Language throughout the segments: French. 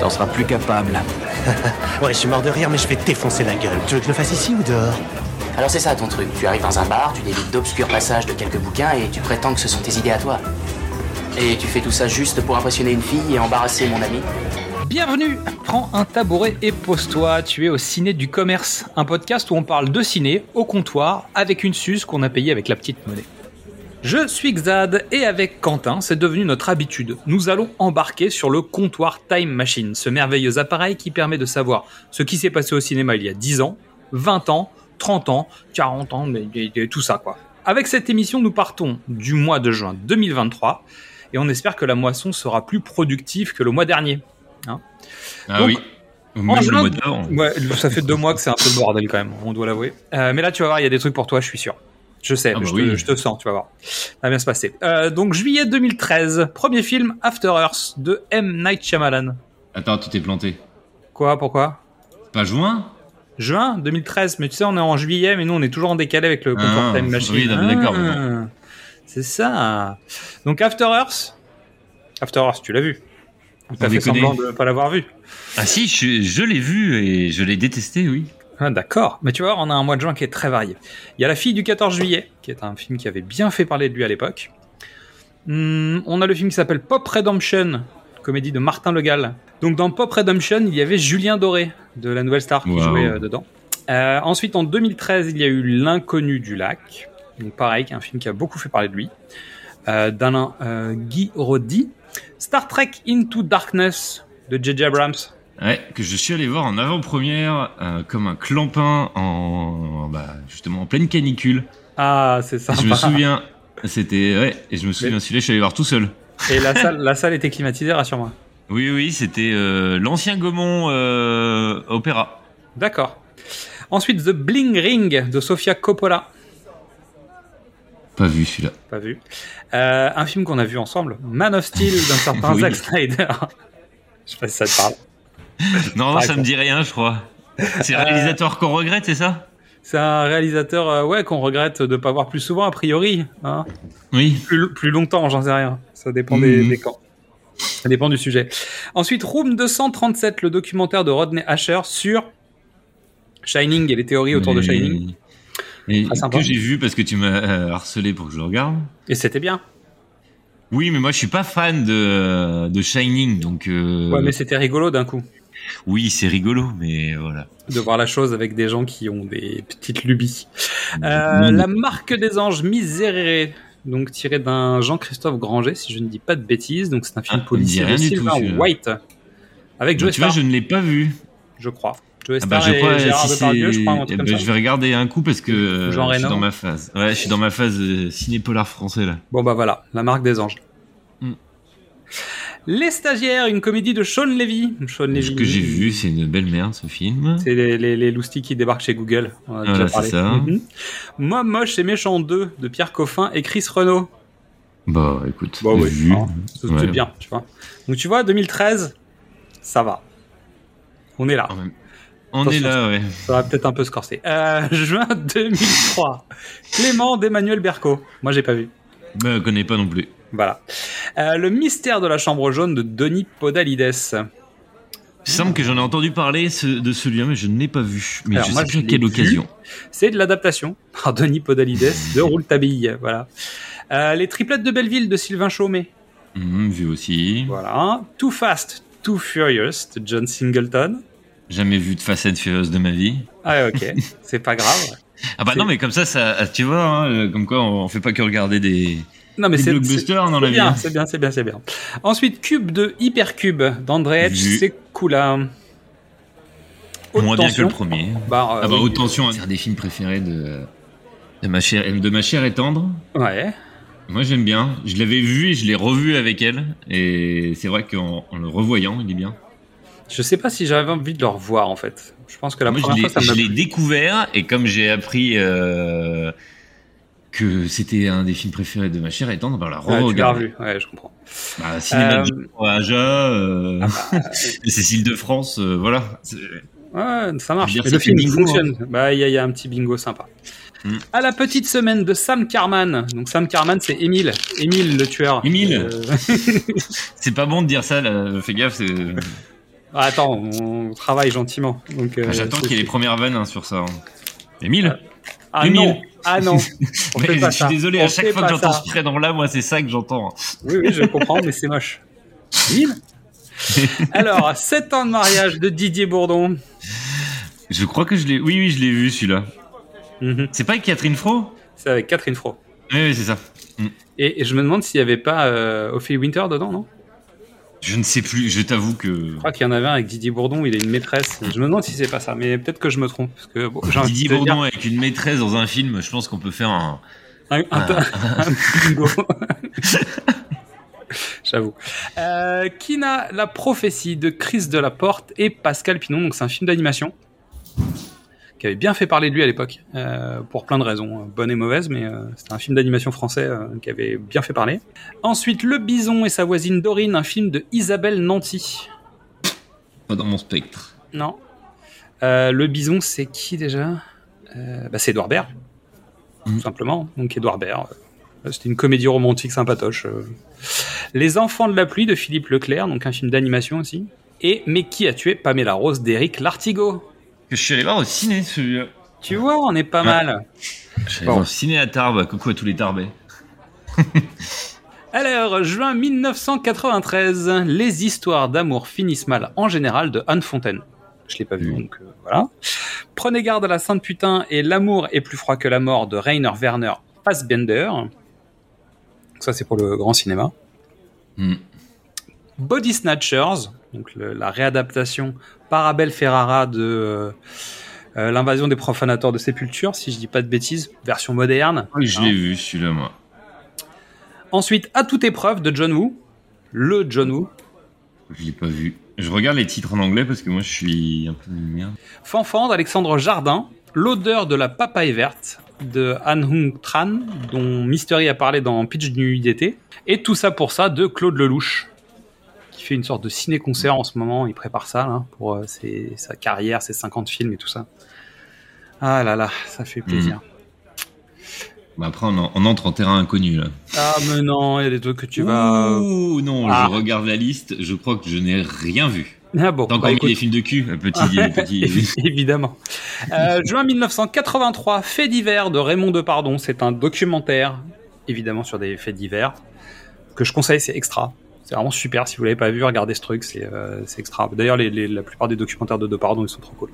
T'en seras plus capable. Ouais, je suis mort de rire, mais je vais défoncer la gueule. Tu veux que je le fasse ici ou dehors Alors c'est ça ton truc, tu arrives dans un bar, tu délites d'obscurs passages de quelques bouquins et tu prétends que ce sont tes idées à toi. Et tu fais tout ça juste pour impressionner une fille et embarrasser mon ami Bienvenue Prends un tabouret et pose-toi, tu es au Ciné du Commerce, un podcast où on parle de ciné au comptoir avec une suce qu'on a payée avec la petite monnaie. Je suis Xad et avec Quentin, c'est devenu notre habitude. Nous allons embarquer sur le comptoir Time Machine, ce merveilleux appareil qui permet de savoir ce qui s'est passé au cinéma il y a 10 ans, 20 ans, 30 ans, 40 ans, mais- mais- mais tout ça quoi. Avec cette émission, nous partons du mois de juin 2023 et on espère que la moisson sera plus productive que le mois dernier. Ah Donc, oui. Même le juin- mot d'or. Ouais, ça fait deux mois que c'est un peu le bordel quand même, on doit l'avouer. Euh, mais là, tu vas voir, il y a des trucs pour toi, je suis sûr. Je sais, Ah bah je, te, oui. je te sens, tu vas voir. Ça va bien se passer. Euh, donc, juillet 2013, premier film After Earth de M. Night Shyamalan. Attends, tu t'es planté. Quoi, pourquoi Pas juin Juin 2013, mais tu sais, on est en juillet, mais nous, on est toujours en décalé avec le Ah, Comfort Time Machine. Ah, oui, d'accord, mais c'est ça. Donc, After Earth. After Earth, tu l'as vu. Ou T'as Sans fait déconner. semblant de ne pas l'avoir vu. Ah si, je, je l'ai vu et je l'ai détesté, oui. Ah, D'accord, mais tu vois, on a un mois de juin qui est très varié. Il y a La fille du 14 juillet, qui est un film qui avait bien fait parler de lui à l'époque. Hum, on a le film qui s'appelle Pop Redemption, comédie de Martin Le Gall. Donc dans Pop Redemption, il y avait Julien Doré de La Nouvelle Star qui Wow. jouait euh, dedans. Euh, ensuite, en 2013, il y a eu L'Inconnu du Lac. Donc pareil, qui est un film qui a beaucoup fait parler de lui. Euh, D'Alain euh, Guy Roddy. Star Trek Into Darkness de J.J. Abrams. Ouais, que je suis allé voir en avant-première euh, comme un clampin en bah, justement en pleine canicule. Ah, c'est ça. Et je me souviens, c'était ouais, et je me souviens celui-là, je suis allé voir tout seul. Et la salle, la salle était climatisée, rassure-moi. Oui, oui, c'était euh, l'ancien Gaumont euh, Opéra. D'accord. Ensuite, The Bling Ring de Sofia Coppola. Pas vu celui-là. Pas vu. Euh, un film qu'on a vu ensemble, Man of Steel d'un certain Oui. Zack Snyder. Je sais pas si ça te parle. Non, Par ça me dit rien, je crois. C'est le réalisateur qu'on regrette, c'est ça C'est un réalisateur euh, ouais, qu'on regrette de pas voir plus souvent, a priori. Hein. Oui. Plus, plus longtemps, j'en sais rien. Ça dépend des, Mhm. des camps. Ça dépend du sujet. Ensuite, Room 237, le documentaire de Rodney Asher sur Shining et les théories autour de Mais- Shining. mais Très sympa. que j'ai vu parce que tu m'as euh, harcelé pour que je le regarde. Et c'était bien. Oui, mais moi je suis pas fan de, de Shining, donc euh, Ouais, mais c'était rigolo d'un coup. oui, c'est rigolo, mais voilà. de voir la chose avec des gens qui ont des petites lubies. Euh, la marque des anges Miséré, donc tiré d'un Jean-Christophe Granger, si je ne dis pas de bêtises. Donc c'est un film Ah, policier il me de dit rien du tout, Sylvain celui-là. White avec Joe tu vois, Star, je je... ne l'ai pas vu. crois. Joe Ah Star et Gérard si Depardieu, je crois, un c'est- truc eh comme ben, ça. je vais regarder un coup parce que euh, Jean je suis Reno. dans ma phase. Ouais, je suis dans ma phase euh, ciné-polar français là. Bon bah voilà, la marque des anges. Hmm. Les stagiaires, une comédie de Sean Levy. Sean Ce Levy. que j'ai vu, c'est une belle merde ce film. C'est les, les, les loustis qui débarquent chez Google. On en a Voilà, déjà c'est parlé. ça. Mhm. Moi, Moche et Méchant 2 de Pierre Coffin et Chris Renault. Bah écoute, Bah j'ai oui, vu. hein. C'est Ouais. bien, tu vois. Donc tu vois, 2013, ça va. On est là. En même- On Attention. est là, ouais. Ça va peut-être un peu se corser. Euh, juin 2003, Clément d'Emmanuel Berco. Moi, j'ai pas vu. Bah, je connais pas non plus. Voilà. Euh, le mystère de la chambre jaune de Denis Podalides. Il semble que j'en ai entendu parler ce- de celui-là, mais je ne l'ai pas vu. Mais Alors, je moi, sais je plus à quelle l'ai vu. occasion. C'est de l'adaptation par Denis Podalides de Rouletabille. Voilà. Euh, les triplettes de Belleville de Sylvain Chaumet. Hum, vu aussi. Voilà. Too Fast, Too Furious de John Singleton. Jamais vu de façade furieuse de ma vie. Ah, ouais, ok. C'est pas grave. Ah bah C'est- non, mais comme ça, ça tu vois, hein, euh, comme quoi on fait pas que regarder des, Non, mais des c'est. c'est- blockbusters dans C'est la vie. bien, hein. c'est bien, c'est bien, c'est bien. Ensuite, Cube de Hypercube d'André H. Vu. Sekula. Haute Moins bien que tension. le premier. Bah, euh, Ah bah, oui. haute tension, hein. c'est un des films préférés de, de, ma chère, de ma chère et tendre. Ouais. Moi j'aime bien. Je l'avais vu et je l'ai revu avec elle. Et c'est vrai qu'en en le revoyant, il est bien. Je sais pas si j'avais envie de le revoir en fait. Je pense que la Moi, je première l'ai- fois, ça je m'a l'ai découvert et comme j'ai appris euh, que c'était un des films préférés de ma chère étant, on va la Ouais, Ah, tu l'as re-regarder. revu. Ouais, je comprends. Bah, cinéma Euh, ah bah, de Jean Aja, euh, Cécile de France, euh, voilà. C'est- Ouais, ça marche. Je veux dire, Mais ça le fait film bingo, fonctionne. Bah, il y, a- il y a un petit bingo sympa. Mm. À la petite semaine de Sam Carman. Donc Sam Carman, c'est Émile. Émile le tueur. Émile. Euh, C'est pas bon de dire ça, là. fais gaffe. c'est- Attends, on travaille gentiment. Donc, euh, Ah, J'attends c'est- qu'il y ait les premières vannes hein, sur ça. hein. Émile Ah Émile. non, ah non. On Mais fait Je pas suis ça. désolé, On à chaque fait fois que pas j'entends ça. ce prénom-là, moi, c'est ça que j'entends. hein. Oui, oui, je comprends, mais c'est moche. Émile. Alors, 7 ans de mariage de Didier Bourdon. Je crois que je l'ai. Oui, oui, je l'ai vu celui-là. Mhm. C'est pas avec Catherine Fro C'est avec Catherine Fro. Oui, oui, c'est ça. Et, et je me demande s'il n'y avait pas euh, Ophélie Winter dedans, non Je ne sais plus, je t'avoue que. Je crois qu'il y en avait un avec Didier Bourdon, il a une maîtresse. Je me demande si c'est pas ça, mais peut-être que je me trompe. Parce que, bon, j'ai envie Didier de te dire Bourdon avec une maîtresse dans un film, je pense qu'on peut faire un. Un, un- un bingo. J'avoue. Euh, Kina, la prophétie de Chris Delaporte et Pascal Pinon. Donc, c'est un film d'animation qui avait bien fait parler de lui à l'époque, euh, pour plein de raisons, euh, bonnes et mauvaises, mais euh, c'était un film d'animation français euh, qui avait bien fait parler. Ensuite, Le Bison et sa voisine Dorine, un film de Isabelle Nanty. Pas dans mon spectre. Non. Euh, le bison, c'est qui déjà Euh, bah, C'est Edouard Baird, tout simplement. Donc Edouard Baird. euh, C'était une comédie romantique sympatoche. euh. Les Enfants de la pluie de Philippe Leclerc, donc un film d'animation aussi. Et Mais qui a tué Pamela Rose d'Éric Lartigot Que je suis allé voir au ciné celui-là. Tu vois, on est pas Ouais. mal. Je suis allé Bon. voir au ciné à Tarbes, coucou à tous les Tarbais. Alors, juin 1993, les histoires d'amour finissent mal, en général de Anne Fontaine. Je l'ai pas vu, Oui. donc euh, voilà. Prenez garde à la sainte putain et l'amour est plus froid que la mort de Rainer Werner Fassbender. Ça, c'est pour le grand cinéma. Mm. Hmm. Body Snatchers, donc le- la réadaptation par Abel Ferrara de euh, euh, l'invasion des profanateurs de sépulture, si je dis pas de bêtises, version moderne. Oui, je Hein. l'ai vu celui-là, moi. Ensuite, à toute épreuve de John Woo, le John Woo. Je l'ai pas vu. Je regarde les titres en anglais parce que moi je suis un peu une merde. Fanfan d'Alexandre Jardin, L'odeur de la papaye verte de Han Hung Tran, dont Mystery a parlé dans Pitch du d'été, et tout ça pour ça de Claude Lelouch, qui fait une sorte de ciné-concert en ce moment, il prépare ça là, pour euh, ses- sa carrière, ses 50 films et tout ça. Ah là là, ça fait plaisir. Bah après, on, en- on entre en terrain inconnu là. Ah mais non, il y a des trucs que tu vas... Ouh, non, Ah. je regarde la liste, je crois que je n'ai rien vu. Ah bon, T'as encore bah, mis écoute. des films de cul, euh, petit. euh, petit... Évidemment. Euh, juin 1983, Fait divers de Raymond Depardon. C'est un documentaire, évidemment, sur des faits divers, que je conseille, c'est extra. C'est vraiment super. Si vous l'avez pas vu, regardez ce truc, c'est euh, c'est extra. D'ailleurs, les- les- la plupart des documentaires de Depardon, ils sont trop cool.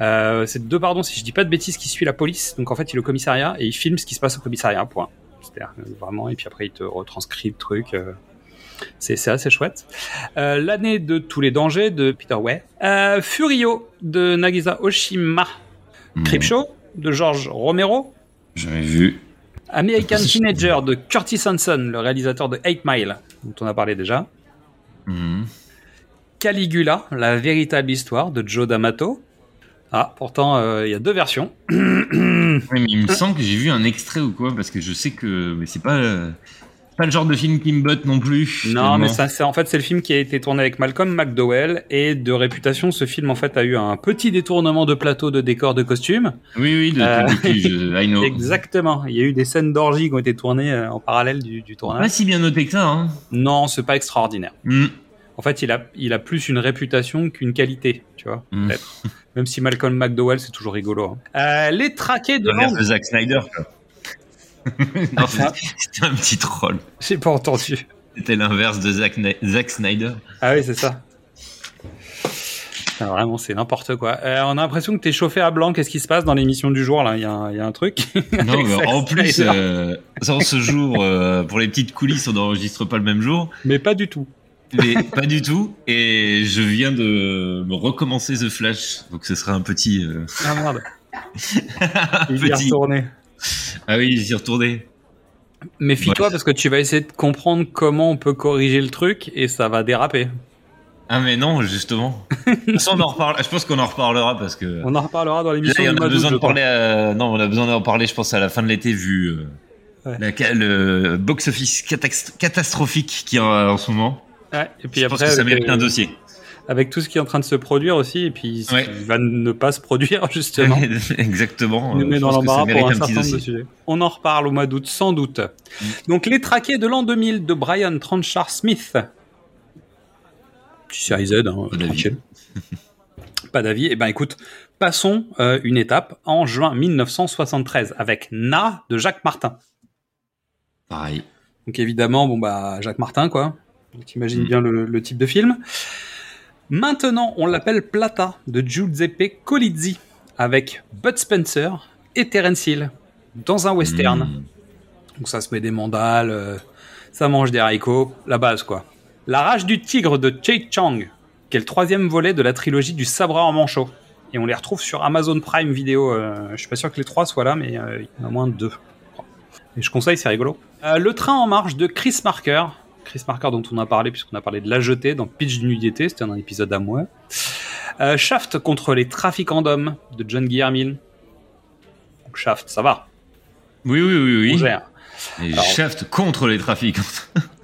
Euh, c'est Depardon, si je dis pas de bêtises, qui suit la police. Donc en fait, il est au commissariat et il filme ce qui se passe au commissariat, point. C'est-à-dire, euh, vraiment, et puis après, il te retranscrit le truc. euh, c'est c'est assez chouette. Euh, L'année de tous les dangers de Peter Way. Euh, Furio de Nagisa Oshima. Crip Show de George Romero. Mmh. J'avais vu. American Teenager de Curtis Hanson, le réalisateur de 8 Mile, dont on a parlé déjà. Mhm. Caligula, la véritable histoire de Joe D'Amato. Ah, pourtant, euh, il y a deux versions. Ouais, mais Hein il me semble que j'ai vu un extrait ou quoi, parce que je sais que mais c'est pas euh, pas le genre de film qui me botte non plus. Non, mais finalement. ça, c'est en fait c'est le film qui a été tourné avec Malcolm McDowell et de réputation, ce film en fait a eu un petit détournement de plateau, de décor, de costume. Oui, oui, de, Euh, de cul, je- I know. Exactement. Il y a eu des scènes d'orgie qui ont été tournées euh, en parallèle du, du tournage. Pas si bien noté que ça. Hein. Non, c'est pas extraordinaire. Mhm. En fait, il a, il a plus une réputation qu'une qualité, tu vois, Mm. peut-être. Même si Malcolm McDowell, c'est toujours rigolo. hein. Euh, les traqués de L'inverse de Londres. Zack Snyder. quoi. non, c'est- c'était un petit troll. J'ai pas entendu. C'était l'inverse de Zack, Ni- Zack Snyder. Ah oui, c'est ça. Putain, vraiment, c'est n'importe quoi. Euh, on a l'impression que t'es chauffé à blanc. Qu'est-ce qui se passe dans l'émission du jour, là Il y, a un- il y a un truc. Non, mais Zack en plus, Snyder. euh, sans ce jour, euh, pour les petites coulisses, on n'enregistre pas le même jour. Mais pas du tout. Mais pas du tout. Et je viens de me recommencer The Flash. Donc ce sera un petit. euh, Ah merde. un Il est petit... retourné. Ah oui, j'y suis retourné. Méfie-toi parce que tu vas essayer de comprendre comment on peut corriger le truc et ça va déraper. Ah mais non, justement. De toute façon, on en reparle. Je pense qu'on en reparlera parce que On en reparlera dans là, l'émission. il y du en mois a d'août, besoin je de crois. parler. à- Non, on a besoin d'en parler. Je pense à la fin de l'été vu euh, Ouais. la ca- le box-office catax- catastrophique qu'il y a en ce moment. Ouais, et puis je après, pense que ça avec, mérite euh, un dossier. avec tout ce qui est en train de se produire aussi, et puis ce Ouais. qui va ne pas se produire justement. Exactement. nous euh, met je dans pense que l'embarras ça pour mérite un un certain petit nombre de dossier. Mm. sujets. On en reparle au mois d'août, sans doute. Donc, Les Traqués de l'an 2000 de Brian Tranchard Smith. Petite série Z, hein, d'avis. tranquille. Pas d'avis. Eh ben, écoute, passons euh, une étape en juin 1973 avec Na de Jacques Martin. Pareil. Donc évidemment, bon bah Jacques Martin, quoi. T'imagines bien le, le type de film. Maintenant, on l'appelle Plata de Giuseppe Colizzi avec Bud Spencer et Terence Hill dans un western. Mm. Donc ça se met des mandales, euh, ça mange des haricots, la base quoi. La rage du tigre de Che Chang, qui est le troisième volet de la trilogie du sabreur en manchot. Et on les retrouve sur Amazon Prime Video. euh, je suis pas sûr que les trois soient là, mais euh, il y en a moins de deux. Et je conseille, c'est rigolo. Euh, le train en marche de Chris Marker. Chris Marker dont on a parlé puisqu'on a parlé de la jetée dans Pitch du nudité, c'était un épisode à moi. Euh, Shaft contre les trafiquants d'hommes de John Guillermin. Donc Shaft, ça va, Oui, oui, oui, on oui. gère. Et Alors- Shaft contre les trafiquants.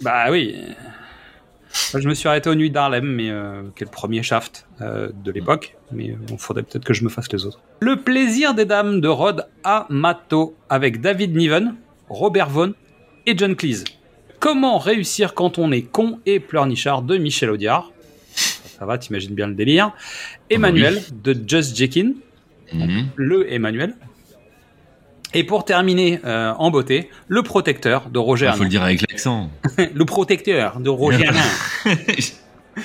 Bah oui. Moi, je me suis arrêté aux nuits d'Harlem, mais euh, qui est le premier shaft euh, de l'époque. Mais euh, bon, faudrait peut-être que je me fasse les autres. Le plaisir des dames de Rod Amato avec David Niven, Robert Vaughn et John Cleese. Comment réussir quand on est con et pleurnichard de Michel Audiard. Ça va, t'imagines bien le délire. Emmanuel de Just Jekin Mhm. le Emmanuel. Et pour terminer euh, en beauté, le protecteur de Roger Il Ah, faut Hanin. le dire avec l'accent. Le protecteur de Roger Hanin.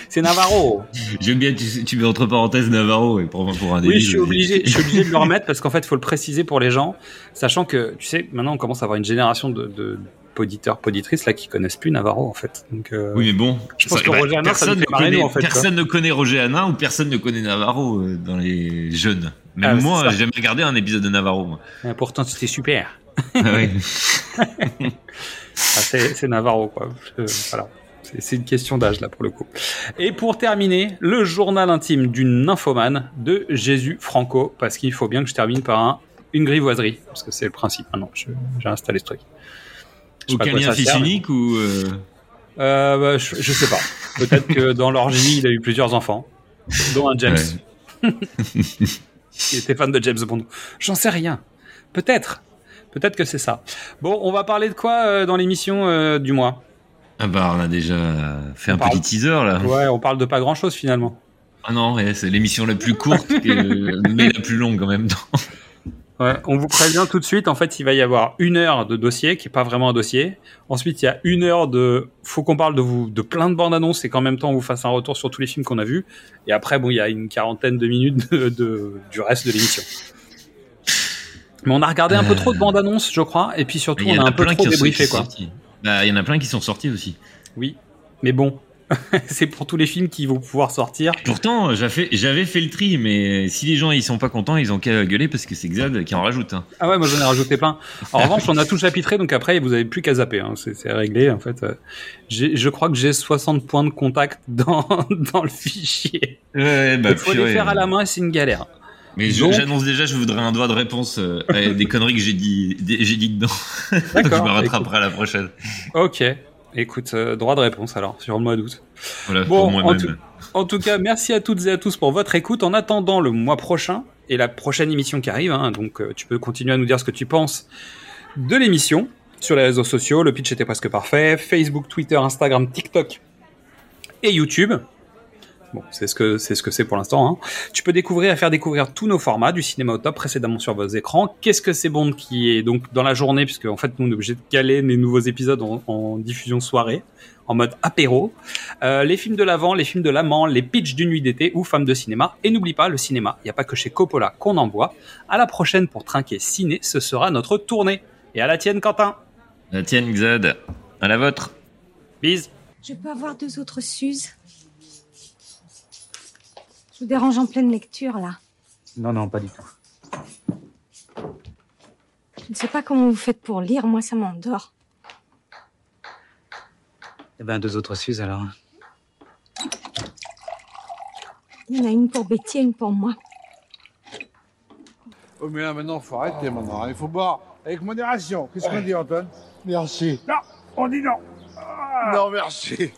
C'est Navarro. J'aime bien, tu, tu mets entre parenthèses Navarro et prends-moi pour un débile. Oui, je suis vas-y. obligé, je suis obligé de le remettre parce qu'en fait, il faut le préciser pour les gens, sachant que, tu sais, maintenant, on commence à avoir une génération de, de d'auditeurs, poditrices là qui connaissent plus Navarro en fait. Donc, euh, Oui, mais bon. Je pense ça- que bah, Roger Hanin, ça nous fait personne ne marrer, connaît, nous, en fait, hein. personne ne connaît Roger Hanin ou personne ne connaît Navarro euh, dans les jeunes. Ah, Même mais c'est moi, ça. j'ai jamais regardé un épisode de Navarro. moi. et pourtant, c'était super. Ah oui. Ah, c'est c'est Navarro quoi. Euh, voilà. C'est- C'est une question d'âge là pour le coup. Et pour terminer, le journal intime d'une nymphomane de Jésus Franco, parce qu'il faut bien que je termine par un, une grivoiserie, parce que c'est le principe maintenant. Je- J'ai installé ce truc. sais pas à Aucun quoi lien ça fils sert, mais- unique ou. euh, Euh, bah, je, je sais pas. Peut-être que dans l'orgie, il a eu plusieurs enfants, dont un James. qui était fan de James Bond. J'en sais rien. Peut-être. Peut-être que c'est ça. Bon, on va parler de quoi euh, dans l'émission euh, du mois Ah bah, on a déjà fait On un parle. petit teaser là. Ouais, on parle de pas grand-chose finalement. Ah non, ouais, c'est l'émission la plus courte, que- mais la plus longue en même temps. Ouais, on vous prévient tout de suite. En fait, il va y avoir une heure de dossier qui est pas vraiment un dossier. Ensuite, il y a une heure de faut qu'on parle de vous de plein de bandes annonces et qu'en même temps on vous fasse un retour sur tous les films qu'on a vus. Et après, bon, il y a une quarantaine de minutes de, de- du reste de l'émission. Mais on a regardé un peu trop de bandes annonces, je crois, et puis surtout Euh. Mais il on a y en un a peu plein trop qui sont- qui débriefé sont quoi. sortis. Bah, il y en a plein qui sont sortis aussi. Oui, mais bon, c'est pour tous les films qui vont pouvoir sortir. Pourtant, j'avais fait, j'avais fait le tri, mais si les gens ils sont pas contents, ils ont qu'à gueuler parce que c'est Xad qui en rajoute. hein. Ah ouais, moi j'en ai rajouté plein. En revanche, on a tout chapitré, donc après, vous avez plus qu'à zapper. hein. C'est c'est réglé, en fait. Euh, j'ai- Je crois que j'ai 60 points de contact dans, dans le fichier. Ouais, bah, Il faut les purée. faire à la main, c'est une galère. Mais je- Donc- j'annonce déjà, je voudrais un doigt de réponse euh, à des conneries que j'ai dit, des- j'ai dit dedans. Donc je D'accord. bah, me Écoute, rattraperai à la prochaine. Ok. Écoute, euh, droit de réponse alors, sur le mois d'août. Voilà, Bon, pour en tout, moi-même. en tout cas, merci à toutes et à tous pour votre écoute. En attendant le mois prochain et la prochaine émission qui arrive, hein, donc euh, tu peux continuer à nous dire ce que tu penses de l'émission sur les réseaux sociaux. Le pitch était presque parfait. Facebook, Twitter, Instagram, TikTok et YouTube. Bon, c'est ce que c'est ce que c'est pour l'instant. hein. Tu peux découvrir et faire découvrir tous nos formats du cinéma au top précédemment sur vos écrans. Qu'est-ce que c'est bon qui est donc dans la journée puisque en fait nous on est obligé de caler les nouveaux épisodes en- en diffusion soirée en mode apéro. Euh, les films de l'avant, les films de l'amant, les pitchs d'une nuit d'été ou femmes de cinéma. Et n'oublie pas le cinéma, il n'y a pas que chez Coppola qu'on en boit. À la prochaine pour Trinquer Ciné, ce sera notre tournée. Et à la tienne, Quentin. La Euh, tienne, Xad. À la vôtre. Bise. Je peux avoir deux autres Suzes Je vous dérange en pleine lecture, là. Non, non, pas du tout. Je ne sais pas comment vous faites pour lire, moi ça m'endort. Eh ben, deux autres Suzes alors. Il y en a une pour Betty et une pour moi. Oh, mais là, maintenant, faut arrêter, maintenant. hein. Il faut boire avec modération. Qu'est-ce qu'on dit, Antoine Merci. Non, on dit non. Non, merci.